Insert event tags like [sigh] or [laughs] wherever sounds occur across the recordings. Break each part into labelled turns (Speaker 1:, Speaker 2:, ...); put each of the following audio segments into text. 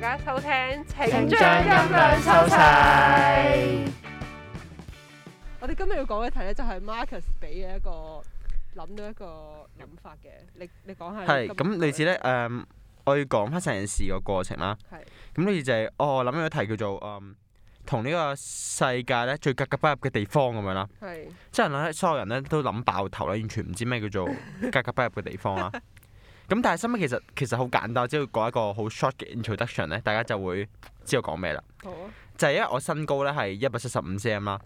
Speaker 1: 家收聽，請
Speaker 2: 請
Speaker 1: 將音
Speaker 2: 將音
Speaker 1: 量
Speaker 2: 量
Speaker 1: 收
Speaker 2: 收
Speaker 1: 細。
Speaker 2: 細。
Speaker 3: 我哋今日要講嘅題咧，就係 Marcus 俾嘅一個諗到一個諗法嘅，你你講下。
Speaker 2: 係咁類似咧誒、我要講翻成件事個過程啦。
Speaker 3: 係
Speaker 2: 咁類似就係、哦，我諗咗題叫做誒，同、呢個世界咧最格格不入嘅地方咁樣啦。
Speaker 3: 係
Speaker 2: 即係咧，所有人咧都諗爆頭啦，完全唔知咩 [laughs] 叫做格格不入嘅地方啦。咁但係收尾其實其實好簡單，只要講一個好 short 嘅 introduction 咧，大家就會知道講咩啦。
Speaker 3: 好啊，
Speaker 2: 就係因為我身高咧係一百七十五 cm 啦。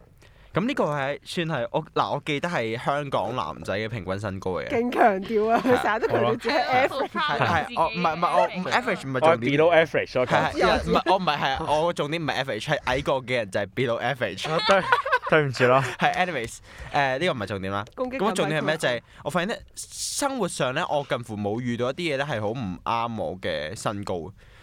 Speaker 2: 咁呢個係算係我嗱，我記得係香港男仔嘅平均身高嚟嘅。
Speaker 3: 勁強調啊！佢成日都強調自己係 [laughs] F，
Speaker 1: 好 proud
Speaker 2: 係
Speaker 1: 自
Speaker 2: 係
Speaker 1: 己
Speaker 2: 我唔係唔係我唔 average 唔係
Speaker 4: 我係
Speaker 2: 重點。
Speaker 4: below average 咯，
Speaker 2: 係
Speaker 4: 咁
Speaker 2: 係唔係我唔係係我個重點唔係 average 係矮過嘅人就係 below average
Speaker 4: [laughs] 對對唔住咯，
Speaker 2: 係 anyways 誒呢個唔係重點啦。
Speaker 3: 攻擊
Speaker 2: 咁啊重點係咩？就係、
Speaker 3: 係
Speaker 2: 我發現咧，生活上咧，我近乎冇遇到一啲嘢咧係好唔啱我嘅身高，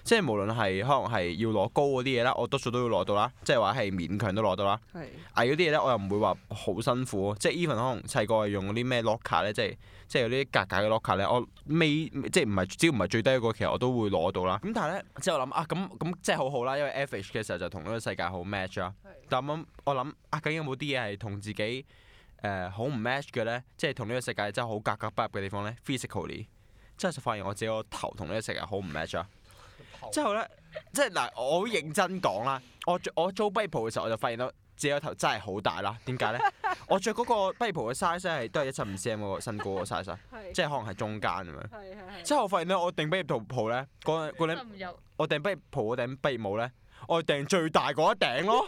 Speaker 2: 即係無論係可能係要攞高嗰啲嘢啦，我多數都要攞到啦，即係話係勉強都攞到啦。
Speaker 3: 係
Speaker 2: 矮嗰啲嘢咧，我又唔會話好辛苦，即係 even 可能細個係用嗰啲咩 locker 咧，即係即係嗰啲格格嘅 locker 咧，我尾即係唔係只要唔係最低嗰個，其實我都會攞到啦。咁但係咧，之後諗啊，咁咁即係好好啦，因為 average 嘅時候就同呢個世界好 match 啦。
Speaker 3: 係
Speaker 2: 但咁我諗啊，究竟有冇啲嘢係同自己誒好唔 match 嘅咧？即係同呢個世界真係好格格不入嘅地方咧，physically，即係就發現我自己個頭同呢個世界好唔 match 啊！之後咧，即係嗱，我好認真講啦，我着我租跛袍嘅時候，我就發現到自己個頭真係好大啦。點解 [laughs] 咧？我着嗰個跛袍嘅 size 呢係都係一七五 cm 嗰個身高嗰個 [laughs] size，啊
Speaker 3: 係
Speaker 2: 即係可能係中間咁樣。
Speaker 3: 係係
Speaker 2: 之後我發現咧，我訂畢業袍咧，嗰嗰頂
Speaker 1: 唔入
Speaker 2: 我訂畢業袍嗰頂畢業帽咧，我係訂最大嗰一 [laughs] 頂咯。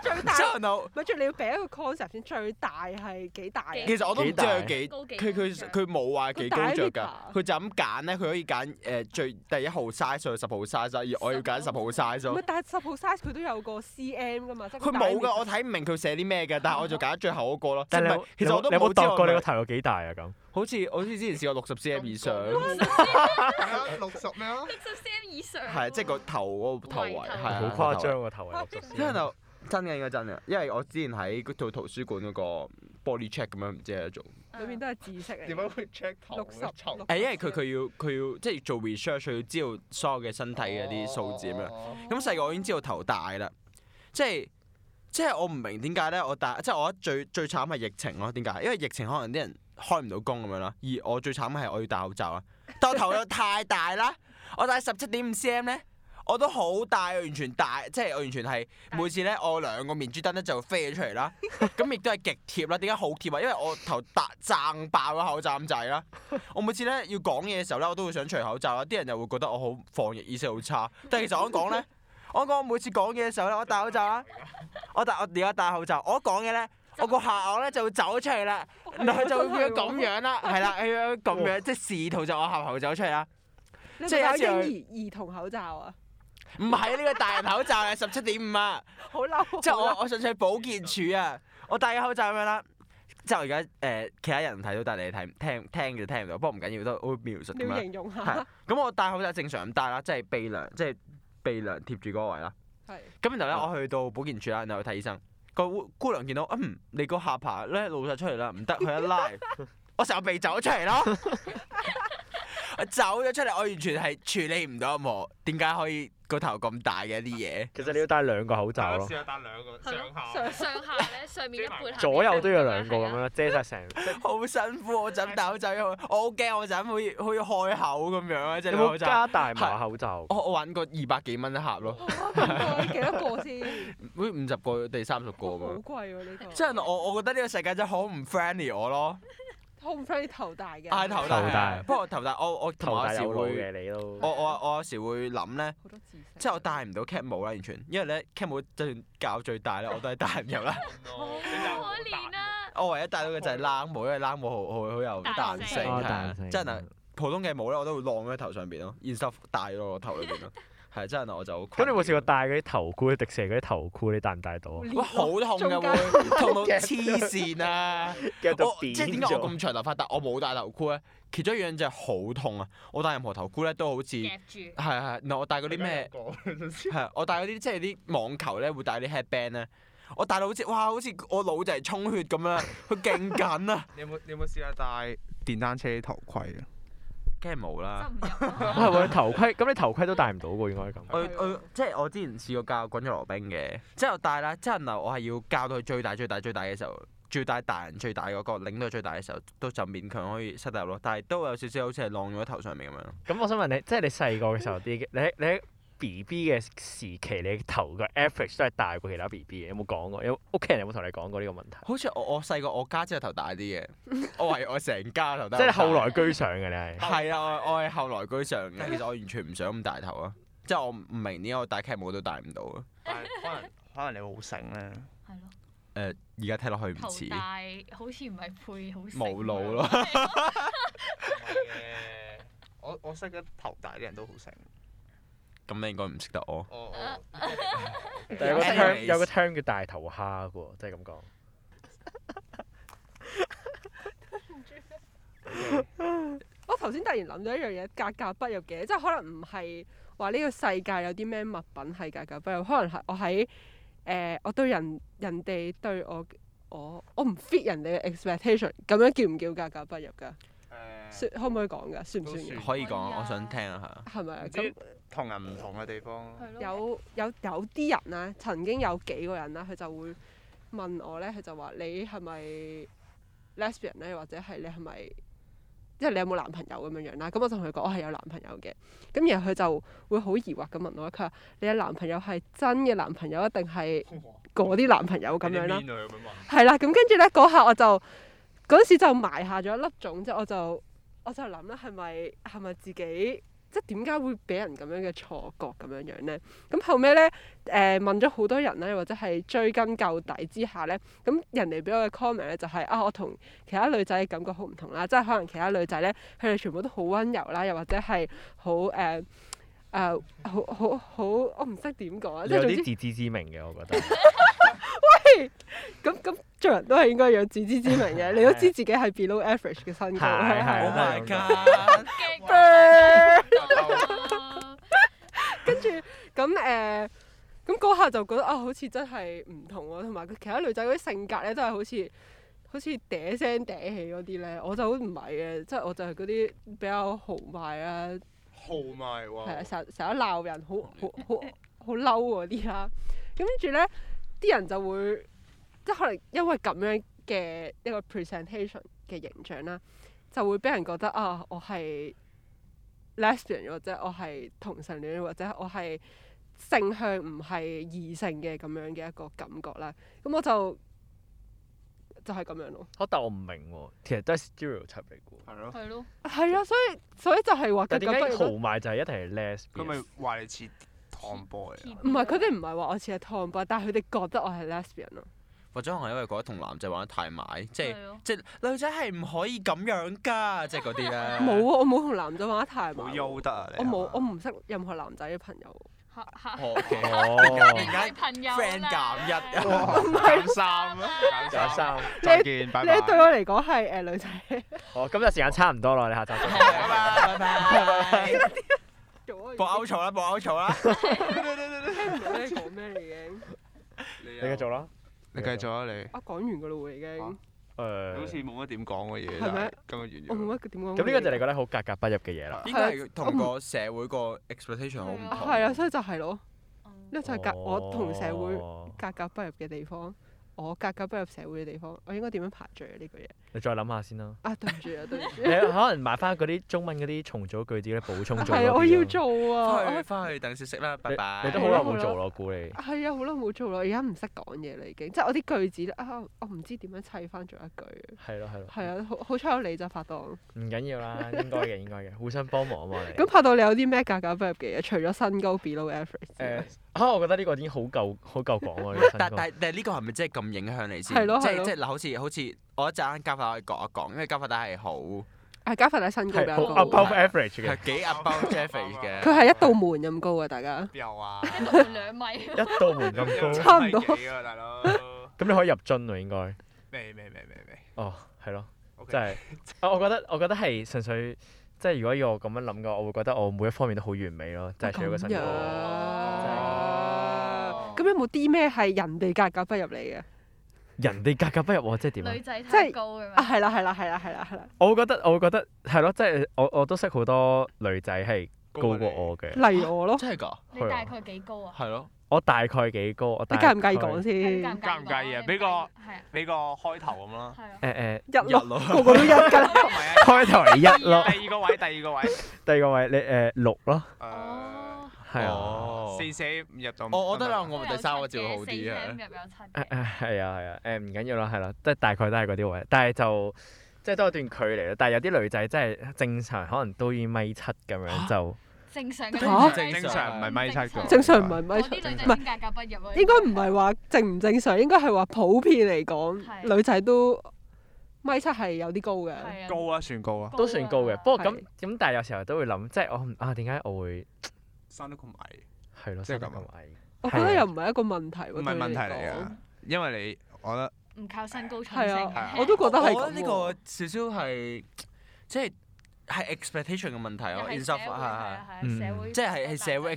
Speaker 3: 最
Speaker 2: 之
Speaker 3: 大
Speaker 2: 後。就
Speaker 3: 咪最你要俾一個 concept 先，最大係幾大啊？
Speaker 1: 幾
Speaker 2: 其實我都唔知佢幾
Speaker 1: 高幾
Speaker 2: 佢佢佢冇話幾高着㗎，佢就咁揀咧，佢可以揀誒、呃最第一號 size 到十號 size 啦而我要揀十號 size
Speaker 3: 唔係
Speaker 2: 咯。，
Speaker 3: 但係十號 size 佢都有個 cm 噶嘛，即係
Speaker 2: 佢冇
Speaker 3: 㗎，
Speaker 2: 㗎，我睇唔明佢寫啲咩㗎，但係我就揀最後嗰個咯。即
Speaker 4: 但
Speaker 2: 係
Speaker 4: 係
Speaker 2: 唔係其
Speaker 4: 你
Speaker 2: 實
Speaker 4: 有
Speaker 2: 我都
Speaker 4: 冇你有冇
Speaker 2: 知我
Speaker 4: 度過你
Speaker 2: 唔係
Speaker 4: 個頭有幾大啊？咁
Speaker 2: 好似好似之前試過六十 cm 以上，
Speaker 5: 六十咩啊？
Speaker 1: 六十 cm 以上，
Speaker 2: 係即係個頭嗰個頭圍
Speaker 1: 圍頭
Speaker 2: 係
Speaker 1: 係
Speaker 2: 啊
Speaker 4: 好誇。張個頭啊！六
Speaker 2: 因為
Speaker 4: 十
Speaker 2: 就真嘅應該真嘅，因為我之前喺嗰套圖書館嗰個 body check 咁樣唔知喺度做。
Speaker 1: Ờ.
Speaker 3: 裏面都係知識嚟
Speaker 5: 點
Speaker 3: 嘅。
Speaker 5: 樣會 check 頭
Speaker 3: 六十
Speaker 5: 重
Speaker 2: 誒，因為佢佢要佢要即係做 research，佢要知道所有嘅身體嘅啲數字咁啊樣。
Speaker 5: 樣？
Speaker 2: 咁細個我已經知道頭大啦，即係即係我唔明點解咧，我大即係我覺得最最慘係疫情咯，點解？因為疫情可能啲人開唔到工咁樣啦，而我最慘係我要戴口罩啦，啊但我頭又太大啦，我戴十七點五 cm 咧。我都好大，我完全大，即係我完全係每次咧，我兩個面珠燈咧就飛咗出嚟啦。 [laughs] 咁亦都係極貼啦。點解好貼啊？因為我頭大掙爆咗口罩咁滯啦。我每次咧要講嘢嘅時候咧，我都會想除口罩啦。啲人又會覺得我好防疫意識好差。但係其實我講咧，我講我每次講嘢嘅時候咧，我戴口罩啦，我戴我而家戴口罩，我一講嘢咧，我個下顎咧就會走出嚟啦，然後佢就會變咗咁樣啦，係啦，佢咁樣即係試圖就我下喉走出嚟啦。
Speaker 3: 你
Speaker 2: 即
Speaker 3: 係
Speaker 2: 係
Speaker 3: 咪
Speaker 2: 有一次
Speaker 3: 有嬰
Speaker 2: 佢
Speaker 3: 兒兒童口罩啊？
Speaker 2: 唔係呢個大人口罩係十七點五啊！
Speaker 3: 好嬲！
Speaker 2: 即係
Speaker 3: 好
Speaker 2: 我
Speaker 3: 嬲
Speaker 2: 我上次去保健署啊，我戴個口罩咁樣啦。即係我而家誒，其他人睇到，但係你睇唔聽聽就聽唔到。不過唔緊要，都我會描述
Speaker 3: 你
Speaker 2: 咁
Speaker 3: 要
Speaker 2: 樣。
Speaker 3: 形容
Speaker 2: 係
Speaker 3: 下，
Speaker 2: 咁我戴口罩正常咁戴啦，即係鼻梁，即係鼻梁貼住嗰個位啦。
Speaker 3: 係
Speaker 2: 咁然後咧，我去到保健處啦，然後去睇醫生。個姑娘見到，嗯，你個下巴咧露晒出嚟啦，唔得，佢一拉，我成個鼻走出嚟咯， [laughs] 我走咗出嚟，我完全係處理唔到我點解可以個頭咁大嘅一啲嘢？
Speaker 4: 其實你要戴兩個口罩咯
Speaker 2: 啊
Speaker 5: 試，下戴兩個上下
Speaker 1: 上。上下咧，上面一半，
Speaker 4: 左右都要兩個咁樣啦，遮晒成。
Speaker 2: 好辛苦，我就咁戴口罩，因為我好驚我就咁好似好似開口咁樣啊！即係
Speaker 4: 有
Speaker 2: 個口
Speaker 4: 冇
Speaker 2: 罩，
Speaker 4: 加大碼口罩？
Speaker 2: 我我揾過二百幾蚊一盒
Speaker 4: [laughs]
Speaker 2: 咯，
Speaker 3: 哇幾多個先？
Speaker 2: 好似五十個定三十個咁
Speaker 3: 好
Speaker 2: 樣。
Speaker 3: 貴喎呢個。
Speaker 2: 即係我我覺得呢個世界真係好唔 friendly 我咯，
Speaker 3: 好唔 friend 頭大嘅。
Speaker 2: 嗌頭大，
Speaker 4: 頭大
Speaker 2: 不過頭大我我同
Speaker 4: 頭
Speaker 2: 埋
Speaker 4: 大
Speaker 2: 有時
Speaker 4: 有腦
Speaker 2: 會。啊
Speaker 4: 嘅你都
Speaker 2: 我我我有時會諗咧，
Speaker 3: 好多知識。
Speaker 2: 即係我戴唔到 cap 帽啦，完全，因為咧 cap 帽就算教最大咧，我都係戴唔入
Speaker 4: [laughs]
Speaker 2: 啦。
Speaker 5: 哦
Speaker 1: 可憐啊！
Speaker 2: 我唯一戴到嘅就係冷帽，因為冷帽好好好有彈性，
Speaker 1: 彈
Speaker 2: 係啊
Speaker 4: 性哦彈性
Speaker 2: 真係普通嘅帽咧，我都會晾咗喺頭上邊咯，instead 戴咗我頭裏
Speaker 3: [laughs]
Speaker 2: 邊咯，係真係我就好
Speaker 4: 咁
Speaker 2: 困
Speaker 4: 你
Speaker 2: 擾。
Speaker 4: 有冇試過戴嗰啲頭箍、迪士尼嗰啲頭箍？你戴唔戴到啊？
Speaker 2: 哇，好痛
Speaker 3: [laughs]
Speaker 2: 㗎
Speaker 3: 中間
Speaker 2: 會，痛到黐線啊！
Speaker 4: 夾
Speaker 2: 我即係點解我咁長頭髮，但我冇戴頭箍咧？其中一樣就係好痛啊！我戴任何頭箍咧都好
Speaker 3: [laughs]
Speaker 2: 似係
Speaker 1: 夾住
Speaker 2: 係，嗱我戴嗰啲咩？係，我戴嗰啲即係啲網球咧，會戴啲 headband 咧。我戴到好似哇，好似我腦就係
Speaker 3: [laughs]
Speaker 2: 充血咁樣，佢勁緊啊！
Speaker 5: 你有冇你有冇試下戴電單車頭盔啊？
Speaker 2: 梗係冇啦
Speaker 1: 執。唔入
Speaker 4: 我係喎，頭盔咁你頭盔都戴唔到喎，應該咁。
Speaker 2: 我我即係我之前試過教滾咗羅冰嘅，之後戴啦，之後然後我係要教到佢最大最大最大嘅時候，最大大人最大嗰、個，領到佢最大嘅時候，都就勉強可以塞得入咯，但係都有少少好似係晾咗喺頭上面咁樣咯。
Speaker 4: 咁我想問你，即係你細個嘅時候啲，你喺你喺 B B 嘅時期，你頭個 average 都係大過其他 B B 嘅，有冇講過？有屋企人有冇同你講過呢個問題？
Speaker 2: 好似我我細個我家姐頭大啲嘅，我係我成家頭大。
Speaker 4: 即係你後來居上嘅你係。
Speaker 2: 係啊，我我係後來居上嘅，其實我完全唔想咁大頭啊，即係我唔明點解我戴 cap 帽都戴唔到啊。
Speaker 5: 但係可能可能你好醒咧，
Speaker 1: 係咯，
Speaker 2: 誒，而家睇落去唔
Speaker 1: 頭
Speaker 2: 似
Speaker 1: 大好似唔係配好食
Speaker 2: 冇腦咯。
Speaker 5: 唔係嘅。我我識嘅頭大啲人都好醒。
Speaker 2: 咁你應該唔識得我。
Speaker 5: 我
Speaker 1: 我
Speaker 4: 但有個 term
Speaker 2: Anyways
Speaker 4: 有個 term 叫大頭蝦嘅喎，即係咁講。
Speaker 3: 我頭先突然諗到一樣嘢，格格不入嘅，即係可能唔係話呢個世界有啲咩物品係格格不入，可能係我喺誒、呃我對人人哋對我我我唔 fit 人哋嘅 expectation，咁樣叫唔叫格格不入㗎？算
Speaker 5: 誒
Speaker 3: 可唔可以講㗎？算唔
Speaker 5: 都
Speaker 3: 算
Speaker 5: 算
Speaker 3: 㗎？
Speaker 2: 可以講，
Speaker 1: 可以啊
Speaker 2: 我想聽啊，係啊。
Speaker 3: 係咪啊？
Speaker 5: 唔
Speaker 3: 咁
Speaker 5: 知同人唔同嘅地方咯。
Speaker 1: 係咯
Speaker 3: 有有有啲人咧，曾經有幾個人啦，啊佢就會問我咧，佢就話你係咪 lesbian 咧，或者係你係咪即係你有冇男朋友咁樣樣啦？咁我就同佢講我係有男朋友嘅，咁然後佢就會好疑惑咁問我，佢話你嘅男朋友係真嘅男朋友，啊一定係嗰啲男朋友咁樣啦？
Speaker 5: 咁樣問。
Speaker 3: 係啦，咁跟住咧嗰下我就嗰時就埋下咗一粒種啫，我就我就諗啦，係咪係咪自己即係點解會俾人咁樣嘅錯覺咁樣樣咧？咁後尾咧誒問咗好多人咧，或者係追根究底之下咧，咁人哋俾我嘅 comment 咧就係、啊，我同其他女仔嘅感覺好唔同啦，即係可能其他女仔咧，佢哋全部都好温柔啦，又或者係哦好誒誒好好好，我唔識點講啊，
Speaker 4: 你
Speaker 3: 即係
Speaker 4: 有
Speaker 3: 總之
Speaker 4: 啲。自知之明嘅，我覺得。
Speaker 3: 咁咁做人都係應該有自知之明嘅，你都知自己係 below average 嘅身高。啊
Speaker 4: 係係
Speaker 2: Oh my
Speaker 4: 係
Speaker 2: god！
Speaker 1: 勁
Speaker 3: 係
Speaker 1: 啊
Speaker 3: 跟住 [laughs] 咁誒，咁嗰下就覺得啊，好似真係唔同喎，同埋佢其他女仔嗰啲性格咧，都係好似好似嗲聲嗲氣嗰啲咧，我就好唔係嘅，即係我就係嗰啲比較豪邁啊，
Speaker 5: 豪邁
Speaker 3: 係啊，
Speaker 5: 喎。
Speaker 3: 成日成日鬧人，好好好好嬲嗰啲啦。咁跟住咧，啲人就會即係可能因為咁樣嘅一個 presentation 嘅形象啦，就會俾人覺得啊，我係 lesbian 或者我係同性戀或者我係性向唔係異性嘅咁樣嘅一個感覺啦。咁我就就係、咁樣咯。
Speaker 4: 我但我唔明喎，其實都係 stereotype 嚟嘅喎。
Speaker 5: 係咯。
Speaker 1: 係咯，
Speaker 3: 係啊，所以所以就係話
Speaker 4: 但點解
Speaker 3: 格格不
Speaker 4: 豪
Speaker 3: 入
Speaker 4: 邁就係一定係 les？
Speaker 5: 佢咪話你似 Tomboy 啊？
Speaker 1: 唔
Speaker 3: 唔係佢哋唔係話我似係 tomboy，但係佢哋覺得我係 lesbian 咯。
Speaker 2: 或者可能因為覺得同男仔玩得太埋，即係即係女仔係唔可以咁樣㗎，即係嗰啲咧。
Speaker 3: 冇啊！我冇同男仔玩得太埋
Speaker 5: 好
Speaker 3: 喎。
Speaker 5: 優得啊！
Speaker 3: 我
Speaker 5: 你係
Speaker 3: 冇
Speaker 5: 嘛，
Speaker 3: 我唔識任何男仔嘅朋友。
Speaker 1: 嚇
Speaker 3: 啊
Speaker 1: 嚇
Speaker 2: 哦，OK。
Speaker 4: 哦，
Speaker 1: [laughs] 你係朋友
Speaker 2: friend 減一
Speaker 1: 啦
Speaker 5: 哇減三啊！
Speaker 4: 有
Speaker 5: 減三，
Speaker 4: 三。
Speaker 5: 再見，拜
Speaker 3: 你
Speaker 5: 拜。
Speaker 3: 對我嚟講係呃誒女仔 [laughs]
Speaker 4: 哦，今日時間差唔多啦，你下集再見。
Speaker 2: 拜拜拜拜。
Speaker 3: 做
Speaker 2: [laughs] 播歐草啦，播歐草啦。
Speaker 3: 聽唔到你講咩啦已經。
Speaker 4: 你繼續啦。
Speaker 5: 你繼續啊！你
Speaker 3: 啊講完噶啦喎已經。
Speaker 5: 好似
Speaker 4: 誒，
Speaker 5: 冇乜點講嘅嘢，
Speaker 3: 係咪
Speaker 5: 但係今日
Speaker 3: 我
Speaker 5: 完咗
Speaker 3: 冇
Speaker 5: 啦。
Speaker 3: 乜點講。
Speaker 4: 咁呢個就係你覺得好格格不入嘅嘢啦。
Speaker 2: 啊應該係同個社會個 expectation 好唔
Speaker 1: 啊
Speaker 3: [laughs]
Speaker 2: 同。
Speaker 3: 係啊，所以就係咯，呢個就係
Speaker 4: 哦
Speaker 3: 格我同社會格格不入嘅地方，我格格不入社會嘅地方，我應該點樣排序啊？呢句嘢
Speaker 4: 你再諗下
Speaker 3: [laughs]
Speaker 4: 先啦。
Speaker 3: 啊，對唔住啊，對唔
Speaker 4: 你
Speaker 3: 住。
Speaker 4: 可能買翻嗰啲中文嗰啲重組句子咧，補充咗嗰啲咯。
Speaker 3: [laughs] 係啊，我要做
Speaker 2: 翻
Speaker 3: 啊
Speaker 2: 去。翻去等小息啦，拜拜。
Speaker 4: 你都好耐冇做咯，我估你。
Speaker 3: 係啊，好耐冇做啦，而家唔識講嘢啦已經，即係我啲句子咧啊，我唔知點樣砌翻做一句。
Speaker 4: 係咯係咯，
Speaker 3: 係啊，好好彩有你咋拍檔。
Speaker 4: 唔緊要啦，應該嘅應該嘅，互相幫忙啊嘛你。
Speaker 3: 咁拍檔你有啲咩格格不入嘅嘢？除咗身高 below average，之外
Speaker 4: 誒啊，我覺得呢個已經好夠好夠講喎
Speaker 3: [laughs]
Speaker 4: 呢個身
Speaker 2: 但
Speaker 4: 高。
Speaker 2: 但但呢個係咪真係咁影響你先？
Speaker 3: 係咯係咯
Speaker 2: 即係即係嗱，好似好似我一陣間加法可以講一講，因為加法打係好係
Speaker 3: 係啊加份喺身高比
Speaker 4: 係
Speaker 3: 較
Speaker 4: 好啊
Speaker 3: 高，
Speaker 2: up-
Speaker 4: above average 嘅，
Speaker 2: 幾 above Jeffrey 嘅。
Speaker 3: 佢係一道門咁高啊！大家
Speaker 5: 有啊，
Speaker 1: 兩米。
Speaker 4: 一道門咁
Speaker 2: [laughs]
Speaker 4: 高，
Speaker 3: 差唔多
Speaker 5: 米幾啊，大佬。
Speaker 4: 咁你可以入樽喎應該。
Speaker 5: 未未未未未
Speaker 4: 哦，
Speaker 2: [laughs]
Speaker 4: 係咯，
Speaker 5: ，OK，
Speaker 4: 真係啊！我覺得我覺得係純粹，即係如果要我咁樣諗嘅話，我會覺得我每一方面都好完美咯，即係除咗個身
Speaker 3: 咁
Speaker 4: 高。
Speaker 3: 樣咁有冇啲咩係人哋格格不入你嘅？
Speaker 4: 人哋格格不入喎，即係點啊
Speaker 1: 女？仔
Speaker 3: 即
Speaker 1: 太
Speaker 3: 係
Speaker 1: 高咁
Speaker 3: 啊，
Speaker 1: 樣，
Speaker 3: 係啦，係啦，係啦，係啦，係啦。
Speaker 4: 我覺得我覺得係咯，即係我我都識好多女仔係高過我嘅。
Speaker 3: 例如我咯，
Speaker 2: 真係㗎？
Speaker 1: 你大概幾高啊？
Speaker 2: 係咯，
Speaker 4: 我大概幾高？我
Speaker 3: 你
Speaker 4: 大
Speaker 3: 介唔介意
Speaker 4: 概
Speaker 3: 講
Speaker 1: 係
Speaker 3: 先？
Speaker 5: 介唔介意啊俾個
Speaker 1: 係啊
Speaker 5: 俾個開頭咁
Speaker 1: [laughs]
Speaker 5: 啦。
Speaker 1: 係啊，
Speaker 4: 誒誒， [laughs]
Speaker 3: 一
Speaker 2: 日
Speaker 3: 咯，
Speaker 2: 咯，
Speaker 3: 個個都一㗎
Speaker 5: [laughs]
Speaker 3: 啦。
Speaker 5: 唔係
Speaker 4: 開頭係一 [laughs] 咯，
Speaker 5: 啊，第二個位，第二個位，
Speaker 4: 第二個位你誒六咯，
Speaker 5: Ờ,
Speaker 1: 哦
Speaker 5: 誒，，
Speaker 4: 係啊，
Speaker 2: 哦
Speaker 5: 四四五入到。
Speaker 2: 我我覺得啦，
Speaker 1: 都
Speaker 2: 我咪
Speaker 1: 有
Speaker 2: 第三個
Speaker 1: 七
Speaker 2: 字會
Speaker 1: 嘅
Speaker 2: 好啲啊
Speaker 1: 四聲
Speaker 2: 嘅。
Speaker 1: 入有七
Speaker 4: 誒誒
Speaker 1: 嘅
Speaker 4: 係啊係啊，誒唔緊要啦，係啦，即係大概都係嗰啲位，但係就即係都有段距離啦。但係有啲女仔真係正常，可能都已經米七咁樣就
Speaker 1: 正常
Speaker 3: 嚇
Speaker 1: 嘅女仔
Speaker 5: 正常唔係米七嘅喎。
Speaker 3: 正常唔係
Speaker 1: 嗰
Speaker 3: 咪？
Speaker 1: 啲女
Speaker 3: 唔
Speaker 1: 仔
Speaker 3: 係
Speaker 1: 先格格不入咯。
Speaker 3: 應該唔係話正唔正常，應該係話普遍嚟
Speaker 1: 係
Speaker 3: 講，女仔都米七係有啲高嘅。
Speaker 1: 係啊
Speaker 5: 高啊，算高啊，
Speaker 4: 都算高
Speaker 1: ờ,
Speaker 4: 嘅。不過咁
Speaker 3: 哦係
Speaker 4: 咁，但係有時候都會諗，即係我唔啊點解我會
Speaker 5: 生得咁矮，
Speaker 4: 係咯，
Speaker 5: 即係咁
Speaker 4: 生
Speaker 5: 啊
Speaker 4: 得矮？
Speaker 3: 我覺得又唔係一個問題喎。
Speaker 5: 唔係問題嚟
Speaker 3: 㗎
Speaker 5: 㗎。，因為你我覺得
Speaker 1: 唔靠身高取
Speaker 3: 係
Speaker 1: 勝
Speaker 3: 啊
Speaker 5: 係，
Speaker 3: 我都覺得係
Speaker 2: 我
Speaker 3: 咁
Speaker 2: 呢
Speaker 3: 喎
Speaker 2: 個。少少係即係係 expectation 嘅問題
Speaker 1: 又係
Speaker 2: 咯 Ờ, in
Speaker 1: 社
Speaker 2: some
Speaker 1: 會係
Speaker 2: 係係
Speaker 1: 啊係社會，
Speaker 2: 即係係社會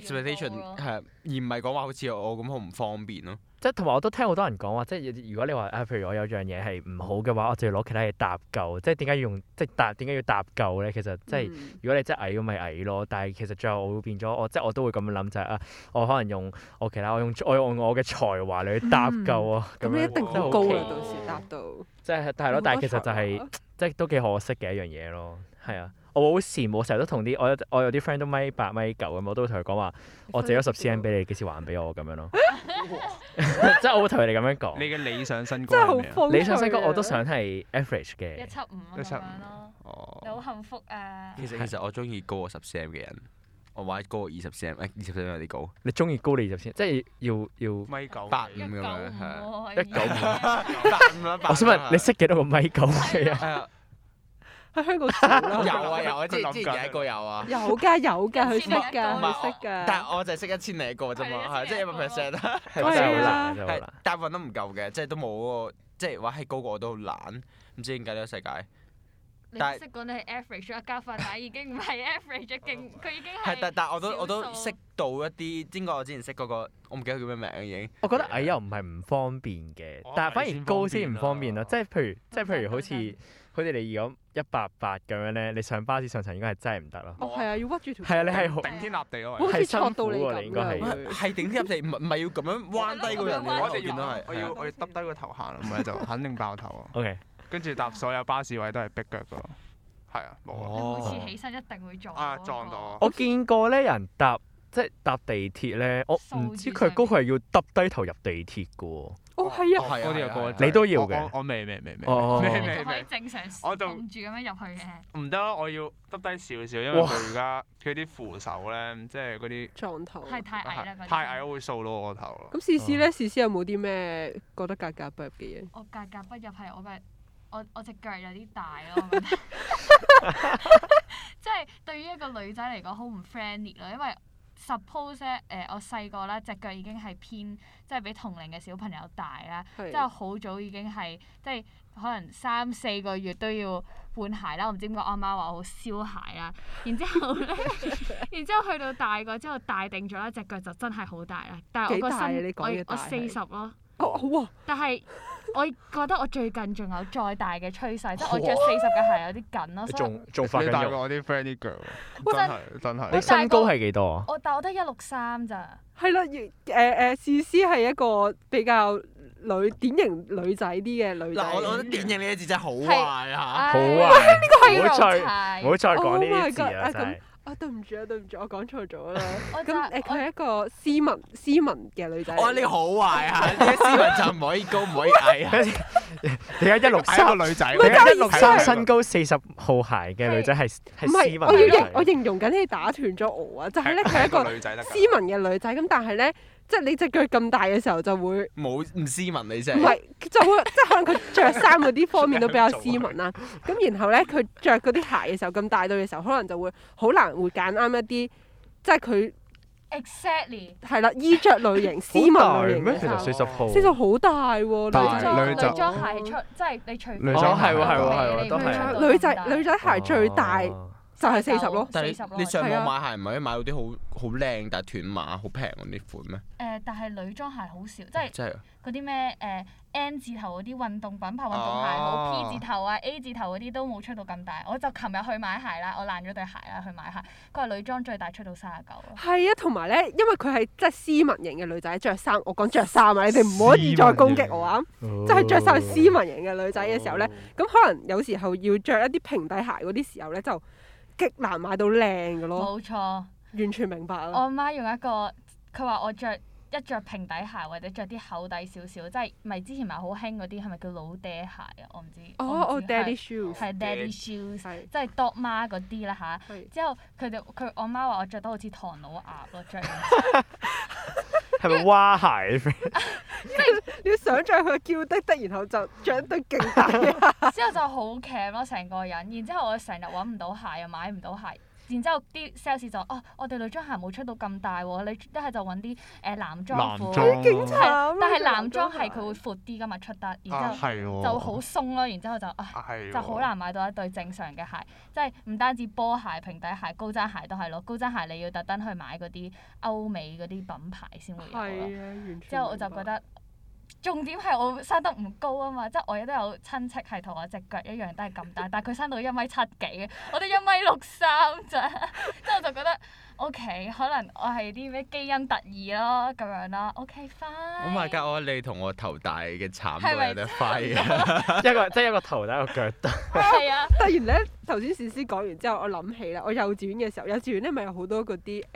Speaker 1: 係
Speaker 2: expectation 係而唔係講話好似我咁好唔方便咯。
Speaker 4: 即係同埋我都聽好多人講話，即係如果你話啊，譬如我有樣嘢係唔好嘅話，我就要攞其他嘢搭救。即係點解要用即係搭點解要搭救咧？其實即係。
Speaker 3: 嗯
Speaker 4: 如果你真係矮咁咪矮咯，但係其實最後我會變咗，我即係我都會咁樣諗就係、啊，我可能用我其他我用我用我嘅才華嚟去搭救啊，咁、
Speaker 3: 咁你一
Speaker 4: 樣
Speaker 3: 定好
Speaker 5: 好
Speaker 3: 高
Speaker 5: 奇
Speaker 3: 啦，
Speaker 5: 喎
Speaker 3: 到時達到。
Speaker 4: 即係但係咯，但係其實就係、
Speaker 3: 好多才華
Speaker 4: 即係都幾可惜嘅一樣嘢咯，係啊。我好羨慕，成日都同啲我有我有啲 friend 都米八米九咁，我都會同佢講話，我借咗十
Speaker 3: 啊
Speaker 4: cm 俾你，幾時還俾我咁樣咯。即係我會同佢哋咁樣
Speaker 5: 你
Speaker 4: 講。
Speaker 5: 嘅理想身高
Speaker 3: 真係
Speaker 5: 係
Speaker 3: 好
Speaker 5: 咩
Speaker 3: 風趣啊。
Speaker 4: 你
Speaker 5: 啊？
Speaker 4: 想身高我都想係 average
Speaker 1: 一
Speaker 4: 嘅，
Speaker 1: 七五啊
Speaker 5: 一
Speaker 1: 咁
Speaker 5: 七五
Speaker 1: 樣咯，你好
Speaker 5: 哦，
Speaker 1: 幸福啊！
Speaker 2: 其實 [laughs] 其實我中意高過十 cm 嘅人，我或者高過二十 cm，二十 cm 有啲高，
Speaker 4: 你中意高你就先，即係要要。
Speaker 5: 米九
Speaker 2: 八五
Speaker 1: 一九
Speaker 2: 咁
Speaker 1: 五
Speaker 2: 樣係。
Speaker 1: 喎，
Speaker 4: 一
Speaker 1: [laughs]
Speaker 4: 九五
Speaker 2: 八五 [laughs] 啦，
Speaker 4: 我想問你識幾多個米九嘅 [laughs] 人？
Speaker 2: 係啊
Speaker 3: 喺香港少啦。
Speaker 2: [laughs] 有啊 [laughs] 有啊，
Speaker 5: 佢
Speaker 2: 即
Speaker 5: 諗緊
Speaker 2: 係有一個有啊。
Speaker 3: 有㗎有㗎，佢識
Speaker 1: 千零一個
Speaker 3: 㗎，佢識㗎。
Speaker 2: 但係我就係識一千零一個啫
Speaker 1: 啊係
Speaker 2: 嘛，
Speaker 1: 啊
Speaker 2: 係即係一百
Speaker 1: 一千
Speaker 2: percent 啦。
Speaker 4: 係真係好難，啊真係好
Speaker 2: 係
Speaker 4: 難。
Speaker 2: 大部分都唔夠嘅，即係都冇嗰個，即係話係高過我都好懶，唔知點解呢個世界。
Speaker 1: 你
Speaker 2: 但係
Speaker 1: 識講你係 average 咗教法，但已經唔係 average
Speaker 5: 哦
Speaker 1: 咗勁，佢已經
Speaker 2: 係，
Speaker 1: 係
Speaker 2: 但但我都我都
Speaker 1: 少數
Speaker 2: 識到一啲，應該我之前識嗰個，我唔記得叫咩名啦已經。
Speaker 4: 我覺得矮又唔係唔方便嘅
Speaker 5: 哦，
Speaker 4: 但係反
Speaker 5: 矮
Speaker 4: 而
Speaker 5: 先
Speaker 4: 高
Speaker 5: 方
Speaker 4: 先唔
Speaker 5: 便
Speaker 4: 方便咯。
Speaker 5: 啊
Speaker 4: 即係譬如，即係譬如好
Speaker 1: 明
Speaker 4: 似
Speaker 1: 白
Speaker 4: 好似你如果一百八咁樣咧，你上巴士上層應該係真係唔得咯。
Speaker 3: 哦係啊，要屈住條。
Speaker 4: 係啊，你係好
Speaker 5: 頂天立地咯。
Speaker 3: 好
Speaker 5: 我
Speaker 3: 似
Speaker 4: 係
Speaker 3: 戳
Speaker 4: 辛
Speaker 3: 到
Speaker 4: 苦啊
Speaker 3: 你
Speaker 4: 喎，你應該
Speaker 3: 咁
Speaker 4: 係
Speaker 3: 㗎。
Speaker 2: 係頂天入地，唔唔係要咁樣彎低個人
Speaker 1: 我
Speaker 2: 嘅，我
Speaker 5: 哋
Speaker 2: 見
Speaker 5: 要
Speaker 2: 到係。
Speaker 5: 我要我要耷低個頭行，唔係就肯定爆頭啊！
Speaker 4: OK。
Speaker 5: [laughs] 跟住搭所有巴士位都係逼腳噶咯，係啊，冇
Speaker 1: 你
Speaker 5: 啊，
Speaker 1: 每
Speaker 2: 哦
Speaker 1: 次起身一定會撞
Speaker 5: 啊
Speaker 1: 嗰個
Speaker 5: 撞到啊，
Speaker 1: 哦
Speaker 4: 我見過咧人搭即係搭地鐵咧，我唔知佢高，佢係要耷低頭入地鐵嘅喎。
Speaker 3: 哦係啊，
Speaker 2: 係啊
Speaker 5: 嗰啲又過
Speaker 2: 係啊
Speaker 4: 你都要嘅
Speaker 5: 我我我未未未未
Speaker 4: 哦
Speaker 5: 未
Speaker 1: 你
Speaker 5: 未
Speaker 1: 就可以
Speaker 5: 未，
Speaker 1: 正常
Speaker 5: 我就
Speaker 1: 凍住咁樣入去嘅。
Speaker 5: 唔得啦，我要耷低少少，因為
Speaker 4: 哇
Speaker 5: 佢而家佢啲扶手咧，即係嗰啲啊
Speaker 3: 撞頭。
Speaker 1: 係太矮啦，嗰啲
Speaker 5: 哦太矮，我會掃到我個頭咯。
Speaker 3: 咁試
Speaker 4: 哦
Speaker 3: 試咧，試試有冇啲咩覺得格格不入嘅嘢？
Speaker 1: 我格格不入係我嘅，我我隻腳有啲大
Speaker 5: [laughs]
Speaker 1: 咯，我覺得 [laughs] 即係對於一個女仔嚟講好唔 friendly 咯，因為 suppose 咧誒、我細個啦，隻腳已經係偏即係比同齡嘅小朋友大啦，
Speaker 3: 係
Speaker 1: 即係好早已經係即係可能三四個月都要換鞋啦。我唔知點解我阿媽話我好燒鞋啦，然之
Speaker 3: [laughs]
Speaker 1: 後咧，然之後去到大個之後大定咗啦，隻腳就真係好大啦。但係我個
Speaker 3: 幾大啊
Speaker 1: 身
Speaker 3: 你講嘅
Speaker 1: 我
Speaker 3: 大
Speaker 1: 我
Speaker 3: 係
Speaker 1: 四十咯。
Speaker 3: 哦好啊，
Speaker 1: 但係我覺得我最近仲有再大嘅趨勢，即係我着四十嘅鞋有啲緊咯，
Speaker 4: 你
Speaker 1: 所以
Speaker 4: 仲仲發
Speaker 5: 你大
Speaker 4: 緊
Speaker 5: 過
Speaker 4: 肉。
Speaker 5: 我啲 friend 啲腳喎，
Speaker 1: 喂
Speaker 5: 真係真
Speaker 4: 你
Speaker 1: 喂
Speaker 5: 係。
Speaker 4: 身高係幾多啊？
Speaker 1: 我但我得一六三咋，
Speaker 3: 係啦，要誒誒試試係一個比較女典型女仔啲嘅女仔。
Speaker 2: 嗱，我我覺得典型呢啲字真係好壞啊！
Speaker 4: 好啊，
Speaker 1: 呢
Speaker 4: 唔
Speaker 1: 個
Speaker 4: 好
Speaker 1: 係
Speaker 4: 再唔好再講呢
Speaker 3: Oh my
Speaker 4: 啲
Speaker 3: God，
Speaker 4: 字啦，
Speaker 3: 啊
Speaker 4: 真係
Speaker 3: 咁。啊對唔住啊對唔住，我講錯咗啦。
Speaker 1: 我就
Speaker 3: 咁誒佢係一個斯文斯文嘅女仔嚟嘅。
Speaker 2: 我
Speaker 4: 哦
Speaker 2: 話你好壞啊！呢啲斯文就唔可以高，唔可以矮啊！
Speaker 4: 點解一六
Speaker 5: 係
Speaker 4: 三
Speaker 5: 一個女仔，
Speaker 4: 你
Speaker 3: 但係
Speaker 4: 一六三
Speaker 3: 意思係
Speaker 4: 身高四十號鞋嘅女仔係
Speaker 3: 唔
Speaker 4: 係斯
Speaker 3: 係，
Speaker 4: 文
Speaker 3: 我要形我
Speaker 4: 嚟嘅，
Speaker 3: 形容緊你打斷咗我啊！就係咧，佢係
Speaker 5: 係
Speaker 3: 一
Speaker 5: 一
Speaker 3: 個
Speaker 5: 個女仔得㗎。
Speaker 3: 斯文嘅女仔，咁但係咧，即係你隻腳咁大嘅時候就會
Speaker 2: 冇唔斯文你
Speaker 3: 唔
Speaker 2: 真係。
Speaker 3: 係就會即係可能佢着衫嗰啲方面都比較斯文啦。咁然後咧，佢着嗰啲鞋嘅時候咁大對嘅時候，可能就會好難會揀啱一啲，即係佢
Speaker 1: exactly
Speaker 3: 係啦，衣着類型斯文啊
Speaker 4: 好大
Speaker 3: 類型
Speaker 4: 咩？
Speaker 3: 嘅
Speaker 4: 其
Speaker 3: 衫
Speaker 4: 實四十號。
Speaker 3: 四十好大喎，
Speaker 5: 大
Speaker 3: 仔
Speaker 1: 女
Speaker 5: 女仔
Speaker 1: 裝鞋出，即係你除
Speaker 5: 女
Speaker 4: 哦
Speaker 5: 裝
Speaker 4: 係喎
Speaker 5: 鞋
Speaker 4: 係喎係
Speaker 1: 你
Speaker 4: 喎，都
Speaker 1: 女
Speaker 4: 係
Speaker 1: 裝。
Speaker 3: 女仔女仔鞋最大
Speaker 4: 哦
Speaker 3: 就係40咯
Speaker 2: 但
Speaker 1: 四十
Speaker 2: 係
Speaker 1: 咯。
Speaker 2: 你你上
Speaker 3: 係啊
Speaker 2: 網買鞋唔係可以買到啲好好靚但係斷碼好平嗰啲款咩？
Speaker 1: 誒，但係女裝鞋好少，即係
Speaker 2: 真係啊
Speaker 1: 嗰啲咩誒 N 字頭嗰啲運動品牌運動鞋
Speaker 2: 哦
Speaker 1: 好 P 字頭啊 A 字頭嗰啲都冇出到咁大。我就琴日去買鞋啦，我爛咗對鞋啦，去買鞋。佢話女裝最大出到三十九咯。
Speaker 3: 係啊，同埋咧，因為佢係即係斯文型嘅女仔，着衫我講着衫啊，你哋唔可以再攻擊我啊！
Speaker 4: 哦
Speaker 3: 即係着衫係斯文型嘅女仔嘅時候咧，咁可能有時候要着一啲平底鞋嗰啲時候咧，就極難買到靚嘅咯，
Speaker 1: 冇錯，
Speaker 3: 完全明白啊啦。
Speaker 1: 我媽用一個，佢話我着一着平底鞋或者着啲厚底少少，即係咪之前咪好興嗰啲係咪叫老爹鞋啊？我唔知。
Speaker 3: 哦，我 daddy
Speaker 1: 爹
Speaker 3: shoes
Speaker 1: 係 daddy shoes，
Speaker 3: 係
Speaker 1: 即係 dog 媽嗰啲啦吓。
Speaker 3: 係
Speaker 1: 之後佢哋佢我媽話我着得好似唐老鴨咯，着完
Speaker 5: [laughs]
Speaker 4: 係咪蛙鞋 friend？
Speaker 3: 你要想像佢嬌滴滴，然後就着一對勁大嘅鞋。
Speaker 1: 之後就好 cam 咯，成個人。然之後我成日揾唔到鞋，又買唔到鞋。然之後啲 sales 就哦，我哋女裝鞋冇出到咁大喎，你一係就揾啲誒男裝
Speaker 4: 男
Speaker 1: 款。
Speaker 4: 裝
Speaker 3: 勁慘啊
Speaker 1: 係但係男裝
Speaker 3: 着
Speaker 1: 係
Speaker 3: 男裝
Speaker 1: 佢會闊啲噶嘛出得，然
Speaker 5: 啊
Speaker 1: 之後
Speaker 5: 係喎，
Speaker 1: 就好鬆咯，然之後就啊
Speaker 5: 啊係喎
Speaker 1: 就好。難買到一對正常嘅鞋，即係唔單止波鞋、平底鞋、高踭鞋都係咯，高踭鞋你要特登去買嗰啲歐美嗰啲品牌先會有
Speaker 3: 係
Speaker 1: 咯。
Speaker 3: 啊，完全。
Speaker 1: 之後我就覺，得重點係我生得唔高啊嘛，即係我都有親戚係同我隻腳一樣都係
Speaker 2: [laughs]
Speaker 1: 咁大，但係佢生到一米七幾嘅，我都一米六三咋， [laughs] 之後我就覺得 OK，可能我係啲咩基因特異咯咁樣啦，OK fine。
Speaker 2: ！Oh my god！我你同我頭大嘅慘
Speaker 1: 係
Speaker 2: 都
Speaker 1: 咪
Speaker 2: 有得揮啊！
Speaker 4: 一個即 [laughs] 係一個頭底一個腳底，
Speaker 1: 係啊，
Speaker 3: [laughs] 突然咧，頭先事先講完之後，我諗起啦，我幼稚園嘅時候，幼稚園咧咪有好多嗰啲誒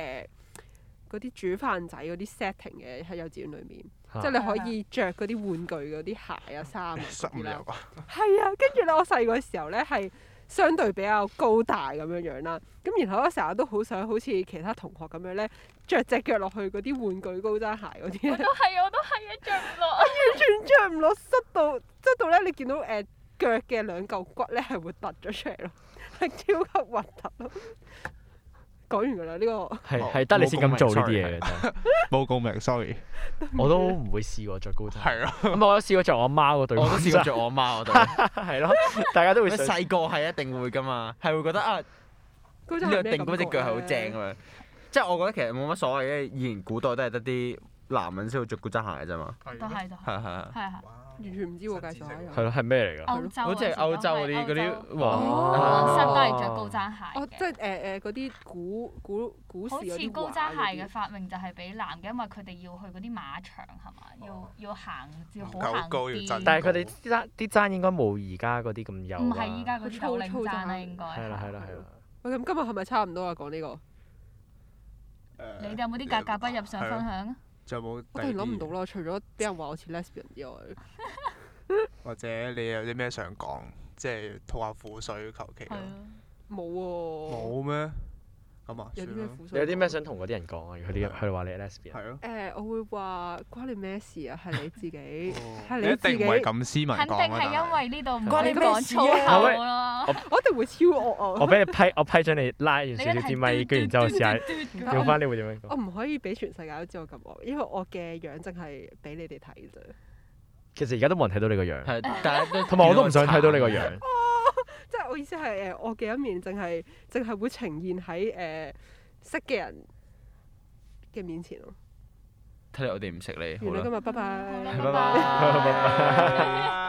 Speaker 3: 嗰啲煮飯仔嗰啲 setting 嘅喺幼稚園裏面，[laughs]
Speaker 4: 啊
Speaker 3: 即係你可以着嗰啲玩具嗰啲鞋啊衫啊
Speaker 5: 塞
Speaker 3: 嗰
Speaker 5: 唔
Speaker 3: 啲啦
Speaker 5: 入。啊！
Speaker 3: 係啊，跟住咧，我細個嘅時候咧係相對比較高大咁樣樣啦。咁然後我成日都好想好似其他同學咁樣咧，着只腳落去嗰啲玩具高踭鞋嗰啲咧
Speaker 1: 我，都係，我都係啊，着唔
Speaker 2: [laughs]
Speaker 1: 落。
Speaker 3: 完全着唔落，塞到塞到咧，你見到誒、呃、腳嘅兩嚿骨咧係會突咗出嚟咯， [laughs] 係超級核突咯。講完㗎啦，呢、個
Speaker 4: 係
Speaker 5: 哦
Speaker 4: 係得你先咁做呢啲
Speaker 5: 冇
Speaker 4: 嘢嘅啫。
Speaker 5: 冇共鳴，sorry。
Speaker 4: 我都唔會試過着高
Speaker 2: [laughs]
Speaker 4: 踭。
Speaker 5: 係啊，
Speaker 4: 咁我都試過着我媽嗰對。
Speaker 2: 我都試過着我媽嗰度，
Speaker 4: [laughs] 係咯，大家都會
Speaker 2: 佢
Speaker 4: 想
Speaker 2: 細個係一定會噶嘛，係會覺得啊
Speaker 3: 高踭
Speaker 2: 呢
Speaker 3: 鞋
Speaker 2: 個
Speaker 3: 咩
Speaker 2: 定
Speaker 3: 感
Speaker 2: 嗰只腳
Speaker 3: 覺啊
Speaker 2: 係好正啊咁
Speaker 3: 咧
Speaker 2: 樣。即係我覺得其實冇乜所謂，因為以前古代都係得啲男人先會着古踭鞋嘅
Speaker 3: [laughs]
Speaker 2: 啫嘛。
Speaker 1: 都係都係，
Speaker 2: 係啊係啊。
Speaker 1: 係啊
Speaker 3: 完全唔知喎，介紹下呢個
Speaker 4: 係咯，係咩嚟
Speaker 1: 係
Speaker 4: 㗎？
Speaker 1: 歐洲啊
Speaker 2: 好似係歐洲嗰啲嗰啲啊
Speaker 3: 哦
Speaker 2: 王
Speaker 1: 皇室都係着高踭鞋
Speaker 3: 哦，
Speaker 1: 嘅
Speaker 3: 即係誒誒嗰啲古古古時
Speaker 1: 好
Speaker 3: 嗰
Speaker 1: 似
Speaker 3: 啲
Speaker 1: 高
Speaker 3: 畫嗰
Speaker 1: 踭鞋
Speaker 3: 啲
Speaker 1: 嘅發明就係俾男嘅，因為佢哋要去嗰啲馬場係嘛，要要行要好
Speaker 5: 唔夠
Speaker 1: 行
Speaker 5: 高要震
Speaker 1: 啲。
Speaker 4: 但係佢哋啲踭啲踭應該冇而家嗰啲咁幼啦。啊
Speaker 1: 唔係依家嗰啲
Speaker 3: 好
Speaker 1: 斗
Speaker 3: 粗
Speaker 1: 零
Speaker 3: 粗
Speaker 1: 踭
Speaker 3: 踭
Speaker 1: 啦，應該
Speaker 4: 係啦係啦係啦。
Speaker 3: 喂，咁今日係咪差唔多啊？講呢、個，
Speaker 1: 你哋有冇啲格格不入想分享啊？
Speaker 5: 仲有冇？
Speaker 3: 我突然諗唔到。啦。除咗俾人話我似 lesbian 之外，
Speaker 5: 或者你有啲咩想講？即係吐下苦水，求其
Speaker 1: 係
Speaker 5: 咯。
Speaker 1: 咯，
Speaker 3: 冇喎、
Speaker 5: 冇咩？咁啊，
Speaker 3: 有啲
Speaker 5: 算
Speaker 3: 咩
Speaker 5: 啦。
Speaker 3: 苦
Speaker 4: 你
Speaker 3: 水？
Speaker 4: 有啲咩想同嗰啲人講啊？如果佢哋佢哋話你係 lesbian，
Speaker 5: 係咯。
Speaker 3: 誒、我會話關你咩事啊？係你自己，
Speaker 4: [laughs]
Speaker 3: 係
Speaker 5: 你一
Speaker 3: 自己
Speaker 5: 定唔係咁斯文
Speaker 1: 肯定
Speaker 5: 講
Speaker 1: 係因
Speaker 5: 啊！
Speaker 1: 為呢度唔
Speaker 4: 關
Speaker 1: 可
Speaker 3: 你
Speaker 1: 以
Speaker 3: 咩
Speaker 1: 講
Speaker 3: 事
Speaker 1: 粗
Speaker 4: 啊
Speaker 1: 口
Speaker 4: 喂
Speaker 1: 咯。
Speaker 3: 我一定會超惡
Speaker 4: 我
Speaker 3: 啊！
Speaker 4: 俾你批，我批准你拉完
Speaker 1: 你
Speaker 4: 少
Speaker 1: 一
Speaker 4: 少
Speaker 1: 定
Speaker 4: 支
Speaker 1: 係
Speaker 4: 咪，跟住然之後試下
Speaker 1: 嘟嘟
Speaker 3: 我
Speaker 1: 嘟
Speaker 4: 用翻，你會點樣
Speaker 3: 我
Speaker 4: 講？
Speaker 3: 唔可以俾全世界都知我咁惡，因為我嘅樣淨係俾你哋睇啫。
Speaker 4: 其實而家都冇人睇到你個樣，
Speaker 2: 係，
Speaker 3: [laughs]
Speaker 2: 但係都
Speaker 4: 同埋我都唔想睇到你個樣。
Speaker 3: 即係我意思係誒，我嘅一面淨係淨係會呈現喺誒、識嘅人嘅面前咯。
Speaker 2: 睇嚟我哋唔識你，
Speaker 3: 完啦，
Speaker 2: 好啦
Speaker 3: 今。日拜拜。
Speaker 1: 拜
Speaker 2: 拜
Speaker 1: 拜。